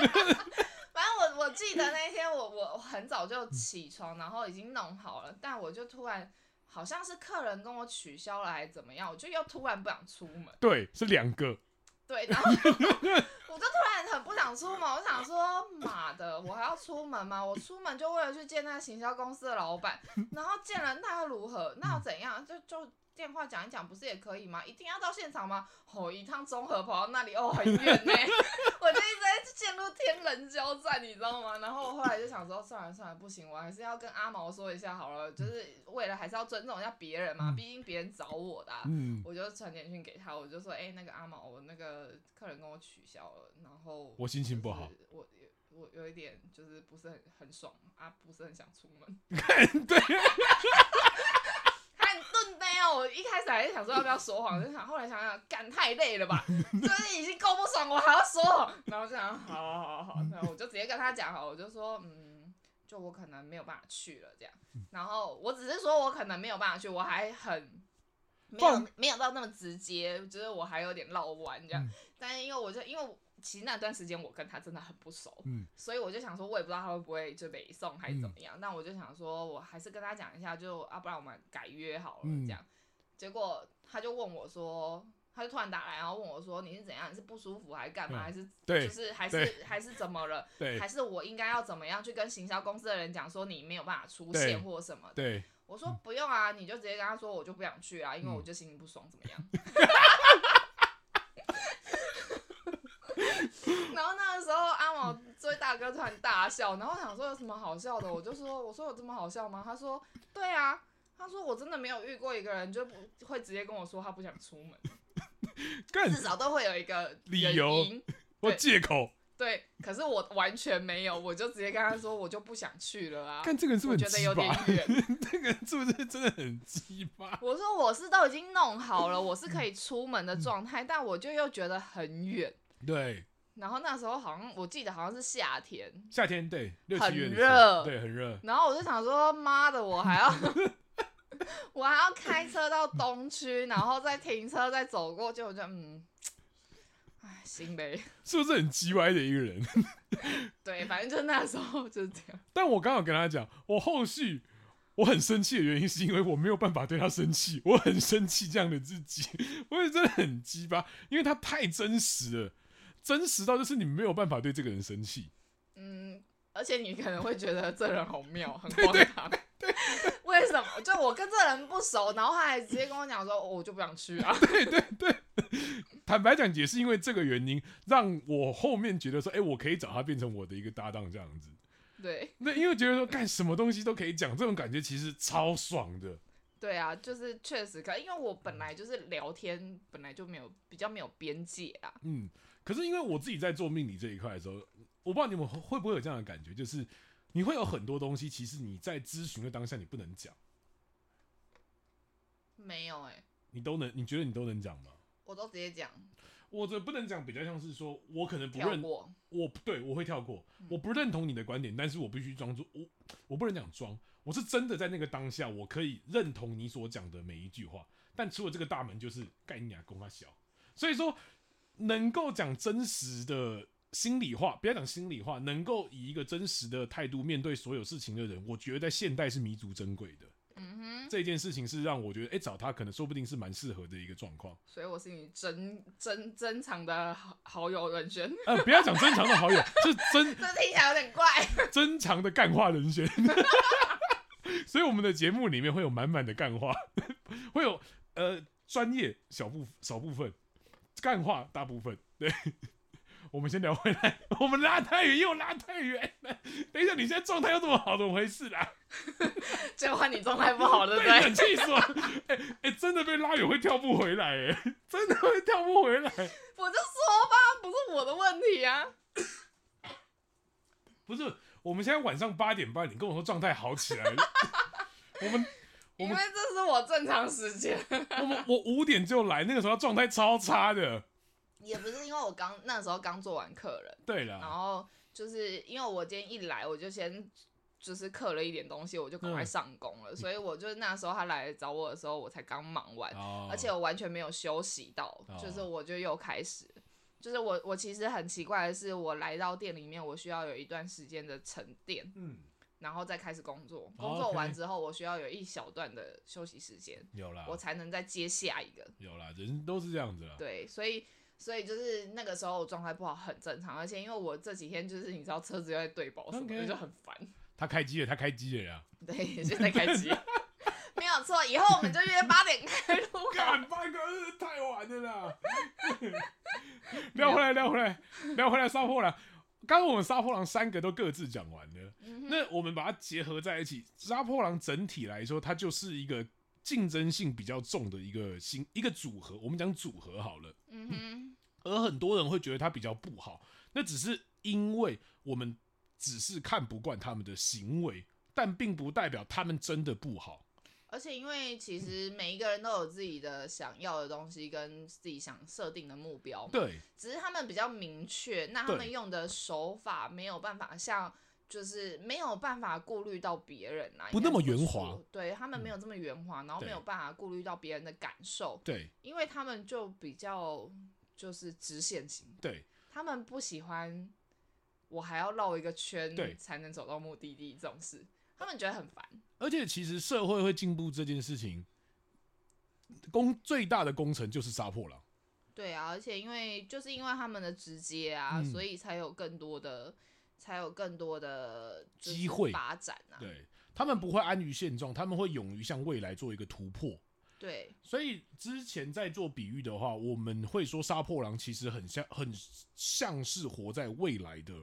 正我我记得那一天我我很早就起床，然后已经弄好了，但我就突然好像是客人跟我取消了还是怎么样，我就又突然不想出门，对，是两个，对，然后 我就突然很不想出门，我想说妈的，我还要出门吗？我出门就为了去见那个行销公司的老板，然后见了那又如何？那又怎样？就就。电话讲一讲不是也可以吗？一定要到现场吗？哦，一趟综合跑到那里哦，很远呢、 我就一直在陷入天人交战，你知道吗？然后我后来就想说，算了算了，不行，我还是要跟阿毛说一下好了，就是为了还是要尊重一下别人嘛，嗯毕竟别人找我的啊、嗯，我就传简讯给他，我就说，哎、那个阿毛，我那个客人跟我取消了，然后我心情不好，就是我我有一点就是不是很很 爽啊，不是很想出门，对，他很钝呆啊，我一开始还是想说要不要说谎，就想后来想想，干太累了吧，就是已经够不爽，我还要说谎，然后就想，好好好好，那我就直接跟他讲好，我就说，嗯，就我可能没有办法去了这样，然后我只是说我可能没有办法去，我还很。没有放没有到那么直接，就是我还有点绕弯这样，但是因为我就因为我其实那段时间我跟他真的很不熟，嗯所以我就想说，我也不知道他会不会就北送还是怎么样，但我就想说，我还是跟他讲一下，就啊，不然我们改约好了嗯这样。结果他就问我说，他就突然打来，然后问我说你是怎样，你是不舒服还是干嘛，嗯还是对就是还对是还是怎么了，对还是我应该要怎么样去跟行销公司的人讲说你没有办法出对现或什么的。对，我说不用啊，你就直接跟他说我就不想去啊，因为嗯我就心里不爽，怎么样？然后那个时候阿毛这位大哥突然大笑，然后我想说有什么好笑的，我就说我说有这么好笑吗？他说对啊，他说我真的没有遇过一个人就不会直接跟我说他不想出门，干至少都会有一个理原由因我借口，对，可是我完全没有，我就直接跟他说我就不想去了啊，看这个人是不我是觉很得鸡有点巴？远。这个人是不是真的很鸡巴？我说我是都已经弄好了，我是可以出门的状态，但我就又觉得很远。对，然后那时候好像我记得好像是夏天，夏天对六很七月的时候热对，很热。然后我就想说，妈的，我还要 我还要开车到东区，然后再停车再走过去，我就嗯，哎，行呗。是不是很鸡歪的一个人？ 对，反正就那时候就是这样。但我刚好跟他讲，我后续我很生气的原因是因为我没有办法对他生气，我很生气这样的自己，我也真的很鸡巴，因为他太真实了，真实到就是你没有办法对这个人生气。嗯，而且你可能会觉得这人好妙，很荒唐。 为什么？就我跟这人不熟，然后他还直接跟我讲说，哦我就不想去啊。坦白讲，也是因为这个原因，让我后面觉得说，哎、我可以找他变成我的一个搭档这样子。对。那因为觉得说干什么东西都可以讲，这种感觉其实超爽的。对啊，就是确实可，因为我本来就是聊天本来就没有比较没有边界啊，嗯，可是因为我自己在做命理这一块的时候，我不知道你们会会不会有这样的感觉，就是你会有很多东西，其实你在咨询的当下你不能讲，没有哎、你都能，你觉得你都能讲吗？我都直接讲我这不能讲，比较像是说我可能不跳认，过，我对我会跳过，嗯我不认同你的观点，但是我必须装作我我不能讲装，我是真的在那个当下，我可以认同你所讲的每一句话，但除了这个大门就是盖你俩啊公他小，所以说能够讲真实的心里话，不要讲心里话，能够以一个真实的态度面对所有事情的人，我觉得在现代是弥足珍贵的。嗯哼，这件事情是让我觉得，哎、找他可能说不定是蛮适合的一个状况。所以我是你珍珍珍藏的好好友人选，呃，不要讲珍藏的好友，是真这听起来有点怪，珍藏的干话人选。 所以我们的节目里面会有满满的干话， 会有呃专业小部少部分，干话大部分。对，我们先聊回来， 我们拉太远又拉太远 了。等一下，你现在状态又这么好，怎么回事啊啦？就换你状态不好，对不 对？对，很气死我！ 哎、哎、真的被拉远会跳不回来、哎， 真的会跳不回来。我就说吧，不是我的问题啊，不是，我们现在晚上八点半，你跟我说状态好起来 了，我们我因们为这是我正常时间， 我们我五点就来，那个时候状态超差的。也不是因为我刚那时候刚做完客人。对然啦，后就是因为我今天一来，我就先就是刻了一点东西，我就赶快嗯上工了，所以我就那时候他来找我的时候，我才刚忙完，哦而且我完全没有休息到，就是我就又开始。就是我，我其实很奇怪的是，我来到店里面，我需要有一段时间的沉淀，嗯，然后再开始工作。哦工作完 OK 之后，我需要有一小段的休息时间，有啦，我才能再接下一个。有啦，人都是这样子啦。对，所以所以就是那个时候我状态不好很正常，而且因为我这几天就是你知道车子又在对保什么的 OK 就很烦，他开机了，他开机了呀！对，现在开机。啊 没有错，以后我们就约八点开录。 干八个日太晚了 啦。聊回来，聊回来，聊回来，杀破狼。刚刚我们杀破狼三个都各自讲完了，嗯那我们把它结合在一起，杀破狼整体来说，它就是一个竞争性比较重的一个新一个组合。我们讲组合好了。嗯哼，而很多人会觉得他比较不好，那只是因为我们只是看不惯他们的行为，但并不代表他们真的不好。而且因为其实每一个人都有自己的想要的东西跟自己想设定的目标嘛，对，只是他们比较明确，那他对们用的手法没有办法像，就是没有办法顾虑到别人啊，不应该那么这圆说滑，嗯对他们没有这么圆滑，然后对没有办法顾虑到别人的感受，对，因为他们就比较就是直线型，对，他们不喜欢我还要绕一个圈对才能走到目的地这种事，他们觉得很烦，而且其实社会会进步这件事情，功最大的功臣就是杀破狼。对啊，而且因为就是因为他们的直接啊，嗯所以才有更多的。才有更多的就是机会发展啊，对他们不会安于现状，他们会勇于向未来做一个突破。对所以之前在做比喻的话，我们会说杀破狼其实很像，很像是活在未来的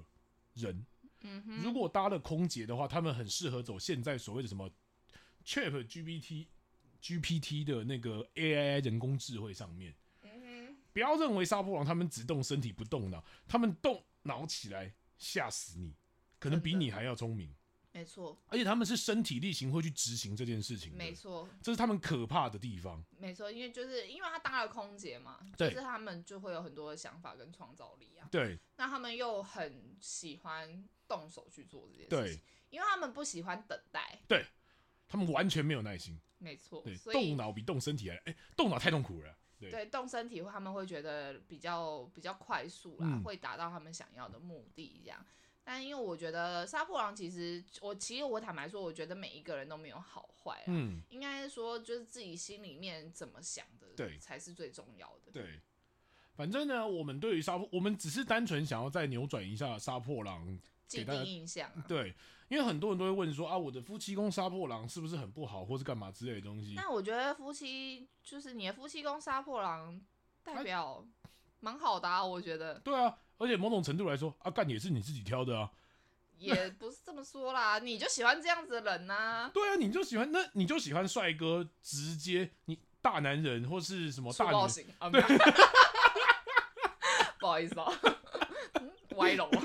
人。嗯如果搭了空姐的话，他们很适合走现在所谓的什么 Chat GPT、GPT 的那个 AI 人工智慧上面。嗯哼，不要认为杀破狼他们只动身体不动脑，他们动脑起来吓死你，可能比真的你还要聪明。没错，而且他们是身体力行会去执行这件事情的，没错，这是他们可怕的地方。没错，因为就是因为他当了空姐嘛，就对是他们就会有很多的想法跟创造力啊。对那他们又很喜欢动手去做这件事对情，因为他们不喜欢等待，他们完全没有耐心，没错对，，所动以脑比动身体还，哎、动脑太痛苦了。对对动身体他们会觉得比较比较快速啦，嗯会达到他们想要的目的这样。但因为我觉得杀破狼其实，我其实我坦白说，我觉得每一个人都没有好坏啊，嗯，应该说就是自己心里面怎么想的，对才是最重要的。对。反正呢，我们对于杀破，我们只是单纯想要再扭转一下杀破狼。既给大家定印象啊。对，因为很多人都会问说啊，我的夫妻宫杀破狼是不是很不好，或是干嘛之类的东西。但我觉得夫妻就是你的夫妻宫杀破狼，啊代表蛮好的啊，我觉得对啊，而且某种程度来说，啊，干也是你自己挑的啊。 也不是这么说啦，你就喜欢这样子的人呐、对啊，你就喜欢那，你就喜欢帅哥，直接你大男人或是什么粗大暴女，型啊，没有 不好意思哦、嗯歪楼啊，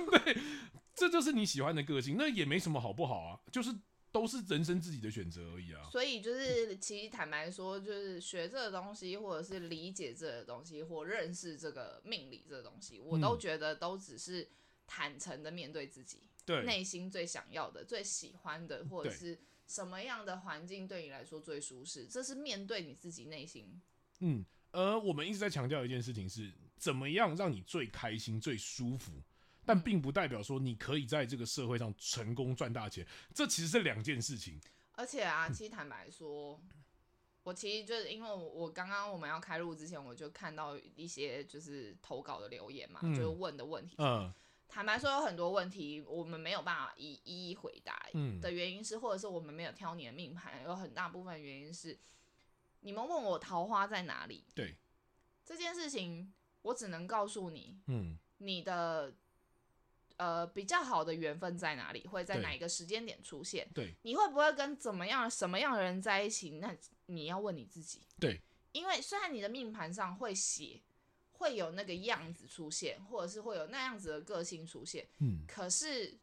这就是你喜欢的个性，那也没什么好不好啊，就是都是人生自己的选择而已啊。所以就是，其实坦白说，就是学这个东西，或者是理解这个东西，或认识这个命理这个东西，我都嗯觉得都只是坦诚的面对自己。对内心最想要的、最喜欢的，或者对是什么样的环境对你来说最舒适，这是面对你自己内心。嗯，呃，我们一直在强调一件事情是，怎么样让你最开心、最舒服。但并不代表说你可以在这个社会上成功赚大钱，这其实是两件事情。而且啊，其实坦白说，我其实就是因为我我刚刚我们要开录之前，我就看到一些就是投稿的留言嘛，嗯就是问的问题。嗯坦白说，有很多问题我们没有办法一一一回答嗯，的原因是，或者是我们没有挑你的命盘，有很大部分原因是你们问我桃花在哪里对，这件事情，我只能告诉你，嗯你的呃比较好的缘分在哪里，会在对哪一个时间点出现？对，你会不会跟怎么样什么样的人在一起？那你要问你自己。对，因为虽然你的命盘上会写会有那个样子出现，或者是会有那样子的个性出现，嗯可是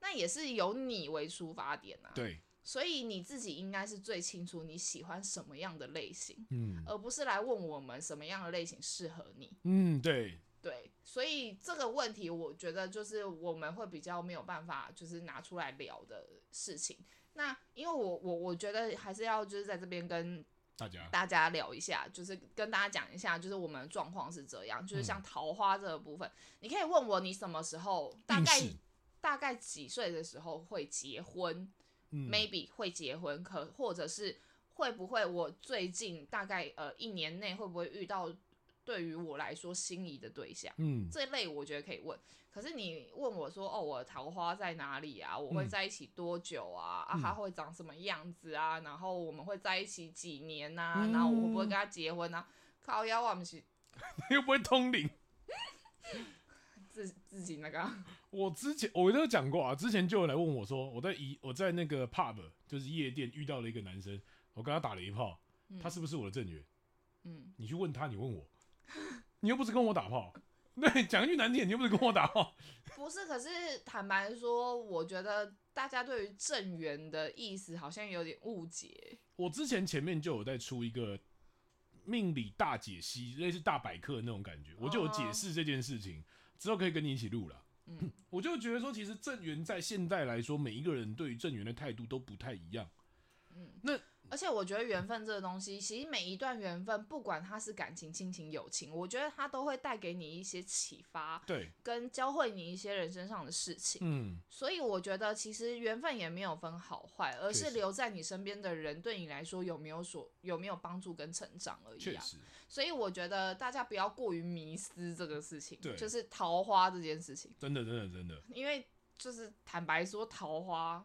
那也是由你为出发点啊。，对，所以你自己应该是最清楚你喜欢什么样的类型，嗯而不是来问我们什么样的类型适合你。嗯对，对，所以这个问题，我觉得就是我们会比较没有办法，就是拿出来聊的事情。那因为我我我觉得还是要就是在这边跟大家大家聊一下，就是跟大家讲一下，就是我们的状况是这样，就是嗯像桃花这个部分，你可以问我你什么时候大运概势大概几岁的时候会结婚、嗯 m a y b e 会结婚，可或者是会不会我最近大概呃一年内会不会遇到对于我来说心仪的对象？嗯这类我觉得可以问。可是你问我说，哦，我的桃花在哪里啊？我会嗯在一起多久啊？啊，嗯他会长什么样子啊？然后我们会在一起几年呐、嗯然后我会不会跟他结婚啊？靠腰啊，我们是 又不会通灵。自自己那个啊 我之前我都有讲过啊，之前就有人来问我说，我在一我在那个 pub 就是夜店遇到了一个男生，我跟他打了一炮，他是不是我的正缘？嗯， 你去问他，你问我，你又不是跟我打炮， 对，讲一句难听，你又不是跟我打哦。不是，可是坦白说，我觉得大家对于正缘的意思好像有点误解。我之前前面就有在出一个命理大解析，类似大百科那种感觉，我就有解释这件事情，之后可以跟你一起录了。哦嗯， 我就觉得说，其实正缘在现代来说，每一个人对于正缘的态度都不太一样。而且我觉得缘分这个东西，其实每一段缘分，不管它是感情、亲情、友情，我觉得它都会带给你一些启发，对，跟教会你一些人身上的事情。嗯，所以我觉得，其实缘分也没有分好坏，而确是实留在你身边的人对你来说有没有所有没有帮助跟成长而已确啊。实，所以我觉得大家不要过于迷失这个事情对，就是桃花这件事情。真的，真的，真的，因为就是坦白说，桃花，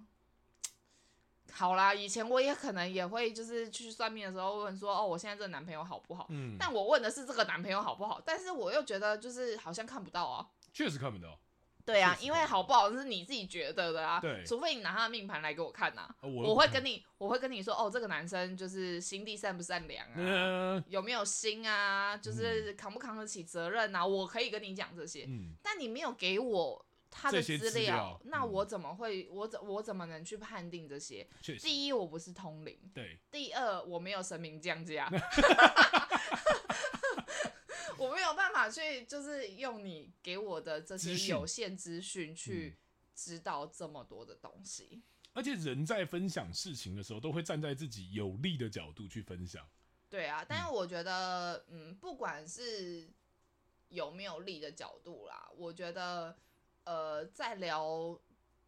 好啦，以前我也可能也会就是去算命的时候问说，哦，我现在这个男朋友好不好？嗯，但我问的是这个男朋友好不好，但是我又觉得就是好像看不到啊。确实看不到。对啊确，实因为好不好是你自己觉得的啊。对除非你拿他的命盘来给我看呐、啊，呃我我会跟你，你，我会跟你说，哦，这个男生就是心地善不善良啊， 嗯有没有心啊，就是扛不扛得起责任啊，我可以跟你讲这些。嗯，但你没有给我他的这些资资料那嗯我怎么会？我怎我怎么能去判定这些？确实，第一，我不是通灵；对，第二，我没有神明降 价， 我没有办法去，就是用你给我的这资些讯嗯有限资讯去知道这么多的东西。而且人在分享事情的时候，都会站在自己有利的角度去分享。对啊，但是我觉得，嗯，不管是有没有利的角度啦，我觉得，呃，在聊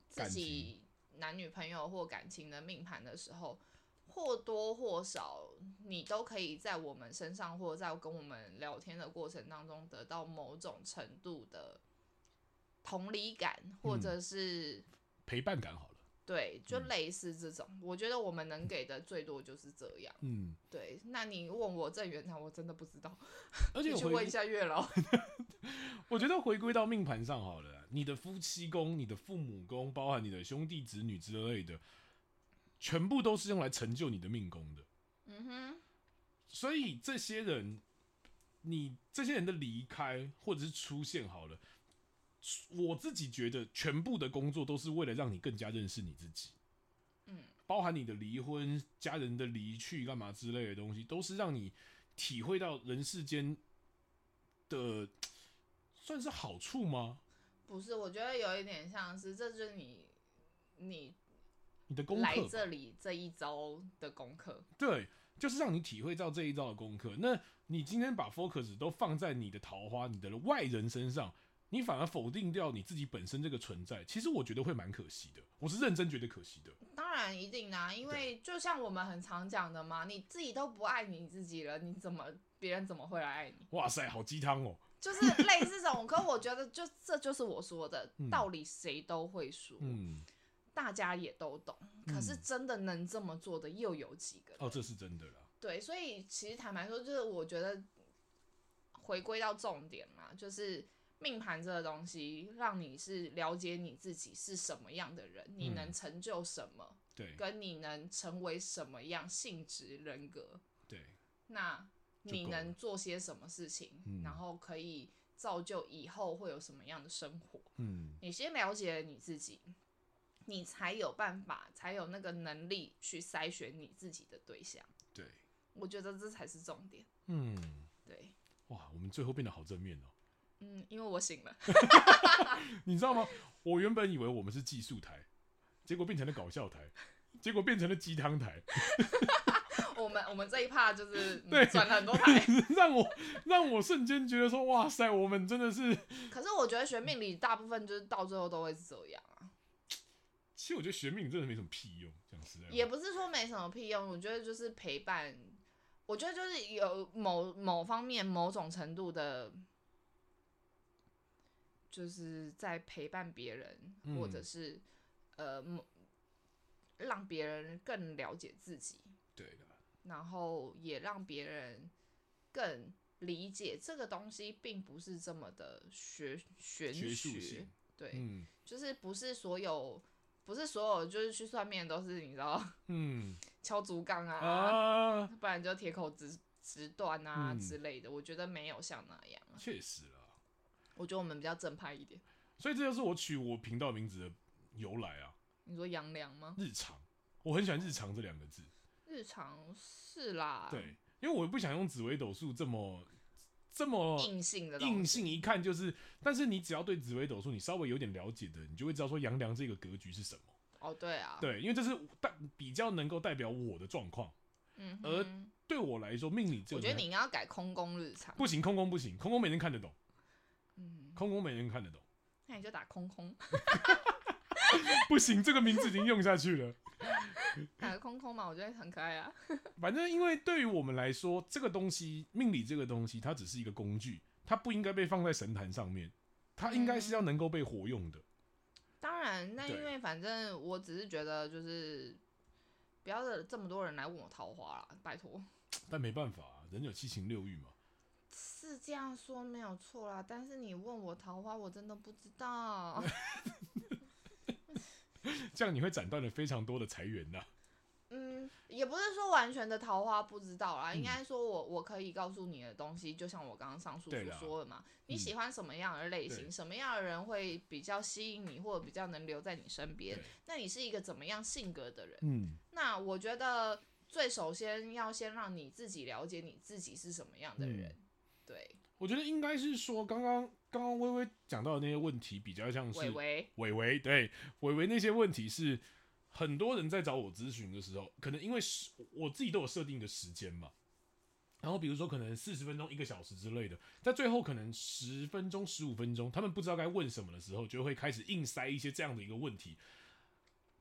自感己男女朋友或感情的命盘的时候，或多或少你都可以在我们身上，或者在跟我们聊天的过程当中，得到某种程度的同理感，或者是、陪伴感好了，对，就嗯类似这种。我觉得我们能给的最多就是这样。嗯，对，那你问我正缘，那我真的不知道，而且你去问一回，下月老。 我觉得回归到命盘上好了，啊你的夫妻宫、你的父母宫，包含你的兄弟子女之类的，全部都是用来成就你的命宫的。嗯哼，所以这些人，你这些人的离开或者是出现好了，我自己觉得全部的工作都是为了让你更加认识你自己。嗯，包含你的离婚、家人的离去、干嘛之类的东西，都是让你体会到人世间的算是好处吗？不是，我觉得有一点像是，这就是你你你的功来课吧这里这一周的功课。对，就是让你体会到这一招的功课。那你今天把 focus 都放在你的桃花、你的外人身上，你反而否定掉你自己本身这个存在，其实我觉得会蛮可惜的。我是认真觉得可惜的。当然一定啦、因为就像我们很常讲的嘛，你自己都不爱你自己了，你怎么别人怎么会来爱你？哇塞，好鸡汤哦。就是类似这种。 可我觉得就这就是我说的、嗯道理，谁都会说，嗯，大家也都懂。可是嗯真的能这么做的又有几个人？哦，这是真的啦。对，所以其实坦白说，就是我觉得回归到重点嘛，就是命盘这个东西，让你是了解你自己是什么样的人，你能嗯成就什么，对跟你能成为什么样性质人格，对，那就你够了能做些什么事情，嗯然后可以造就以后会有什么样的生活。嗯，你先了解了你自己。你才有办法，才有那个能力去筛选你自己的对象。对，我觉得这才是重点。嗯，对，哇，我们最后变得好正面哦。嗯，因为我醒了，你知道吗？ 我原本以为我们是技术台，结果变成了搞笑台，结果变成了鸡汤台，我们我们这一趴就是嗯对转、了很多 台。 让我让我瞬间觉得说，哇塞，我们真的是。可是我觉得学命理大部分就是到最后都会是这样啊，其实我觉得学命真的没什么屁用，讲实在话。也不是说没什么屁用。我觉得就是陪伴，我觉得就是有某某方面某种程度的，就是在陪伴别人，嗯或者是呃某让别人更了解自己。对的，然后也让别人更理解这个东西，并不是这么的学玄学学，术性。对，嗯就是不是所有，不是所有，就是去算命的都是你知道嗯敲竹杠啊，啊，不然就铁口直直断啊嗯之类的，我觉得没有像那样啊。确实啦。我觉得我们比较正派一点。所以这就是我取我频道名字的由来啊。你说杨良吗？日常，我很喜欢“日常”这两个字，日常是啦，，对，因为我不想用紫微斗数这么这么硬性的东硬西性，一看就是。但是你只要对紫微斗数你稍微有点了解的，你就会知道说杨良这个格局是什么。哦，对啊，，对，因为这是代比较能够代表我的状况。嗯哼，而对我来说，命理这我个觉得东你西应该要改空宫日常，不行，空空不行，空空没人看得懂，嗯，空空没人看得懂，那你就打空空，不行，这个名字已经用下去了。打个空空嘛，我觉得很可爱啊。反正因为对于我们来说，这个东西命理这个东西，它只是一个工具，它不应该被放在神坛上面，它应该嗯是要能够被活用的。当然，那对因为反正我只是觉得就是不要惹这么多人来问我桃花啦，拜托，但没办法、啊，人有七情六欲嘛。是这样说没有错啦，但是你问我桃花，我真的不知 道。这样你会斩断了非常多的财源呐、嗯，也不是说完全的桃花不知道啦，嗯应该说我我可以告诉你的东西，就像我刚刚上述对所啦说的嘛，你嗯喜欢什么样的类型，对什么样的人会比较吸引你，或者比较能留在你身边对，那你是一个怎么样性格的人？嗯，那我觉得最首先要先让你自己了解你自己是什么样的人，嗯对，我觉得应该是说，刚刚刚刚微微讲到的那些问题，比较像是伟伟，伟伟对伟伟那些问题是很多人在找我咨询的时候，可能因为是我自己都有设定一个时间嘛，然后比如说可能四十分钟、一个小时之类的，在最后可能十分钟、十五分钟，他们不知道该问什么的时候，就会开始硬塞一些这样的一个问题，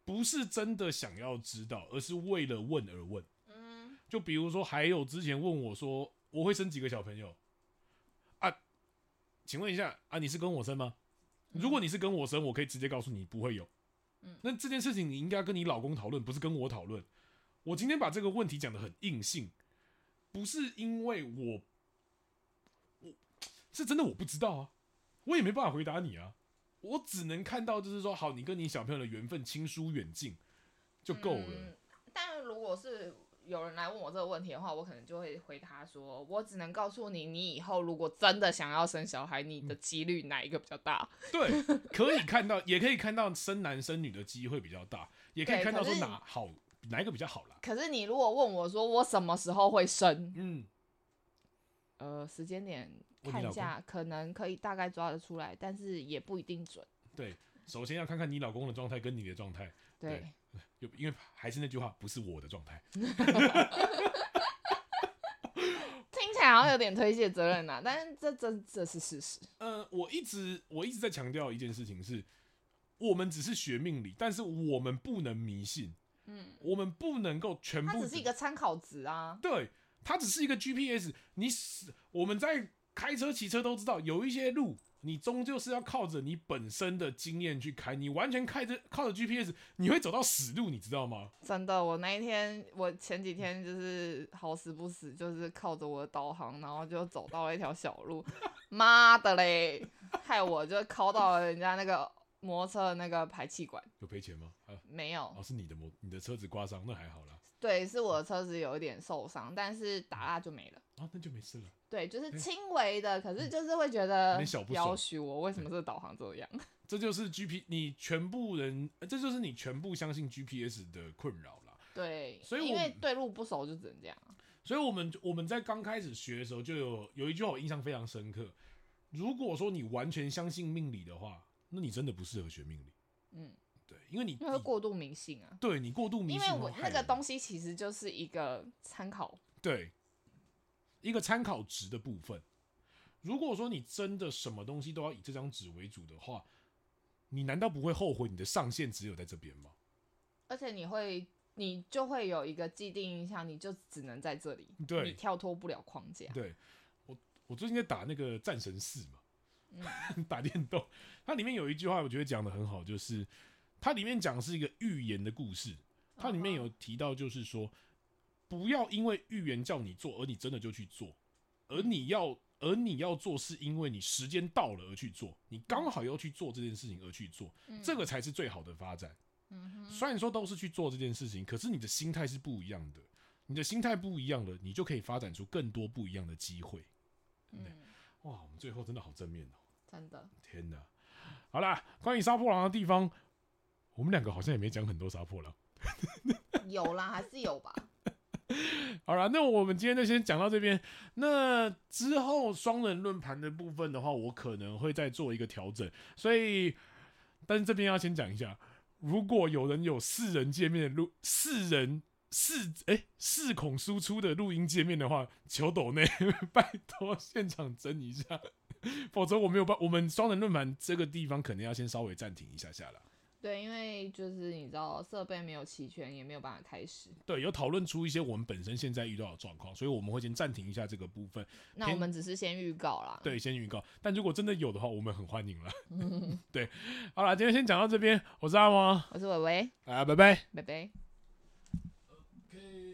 不是真的想要知道，而是为了问而问。嗯，就比如说，还有之前问我说我会生几个小朋友啊？请问一下啊，你是跟我生吗？如果你是跟我生，我可以直接告诉你不会有。嗯那这件事情你应该跟你老公讨论，不是跟我讨论。我今天把这个问题讲得很硬性，不是因为我，我是真的我不知道啊，我也没办法回答你啊，我只能看到就是说，好，你跟你小朋友的缘分亲疏远近就够了。嗯但如果是有人来问我这个问题的话，我可能就会回答说，我只能告诉你，你以后如果真的想要生小孩，你嗯的几率哪一个比较大？对，可以看到，也可以看到生男生女的机会比较大，也可以对看到可说是哪好哪一个比较好啦。可是你如果问我说我什么时候会生，嗯，呃，时间点问你看老一下，可能可以大概抓得出来，但是也不一定准。对，首先要看看你老公的状态跟你的状态，对，对有因为还是那句话，不是我的状态。听起来好像有点推卸责任呐、啊但是这这这是事实。呃，我一直我一直在强调一件事情是，我们只是学命理，但是我们不能迷信，嗯，我们不能够全它部只是一个参考值啊。对，它只是一个 GPS。你死我们在开车、骑车都知道，有一些路你终究是要靠着你本身的经验去开，你完全开着靠着 GPS，你会走到死路，你知道吗？真的，我那一天，我前几天就是好死不死，就是靠着我的导航，然后就走到了一条小路，妈的嘞，害我就靠到了人家那个摩托车的那个排气管，有赔钱吗？啊，没有哦，，是你的摩，你的车子刮伤，那还好啦。对，是我的车子有一点受伤，但是打蜡就没了。啊，那就没事了。对，就是轻微的，可是就是会觉得嗯点小不爽要许我为什么这个导航这样？ 这就是 G P，你全部人，呃这就是你全部相信 G P S 的困扰啦。对，所以因我为们对路不熟就只能这样。所以我们我们在刚开始学的时候，就有有一句话我印象非常深刻。如果说你完全相信命理的话，那你真的不适合学命理。嗯，对，因为你因为会过度迷信啊。对你过度迷因信为会害人，我那个东西其实就是一个参考，对一个参考值的部分。如果说你真的什么东西都要以这张纸为主的话，你难道不会后悔你的上限只有在这边吗？而且你会，你就会有一个既定印象，你就只能在这里，对你跳脱不了框架。对我，我最近在打那个战神四嘛， 嗯打电动， 它里面有一句话，我觉得讲的很好，就是它里面讲的是一个预言的故事，它里面有提到就是说，不要因为预言叫你做，而你真的就去做，而你要而你要做，是因为你时间到了而去做，你刚好要去做这件事情而去做，嗯这个才是最好的发展。嗯哼，虽然说都是去做这件事情，可是你的心态是不一样的。你的心态不一样了，你就可以发展出更多不一样的机会。嗯，哇，我们最后真的好正面哦、真的，天哪！好啦，关于杀破狼的地方，我们两个好像也没讲很多杀破狼。有啦，还是有吧。好啦，那我们今天就先讲到这边。那之后双人论坛的部分的话，我可能会再做一个调整。所以，但是这边要先讲一下，如果有人有四人界面的录四人四哎、四孔输出的录音界面的话，求抖内， 拜托现场争一下，否则我没有办。我们双人论坛这个地方可能要先稍微暂停一下下啦。对，因为就是你知道设备没有齐全，也没有办法开始。对，有讨论出一些我们本身现在遇到的状况，所以我们会先暂停一下这个部分。那我们只是先预告啦。对，先预告。但如果真的有的话，我们很欢迎了。对，好了，今天先讲到这边，我是阿王，我是伟伟，啊，拜拜。拜拜。 OK。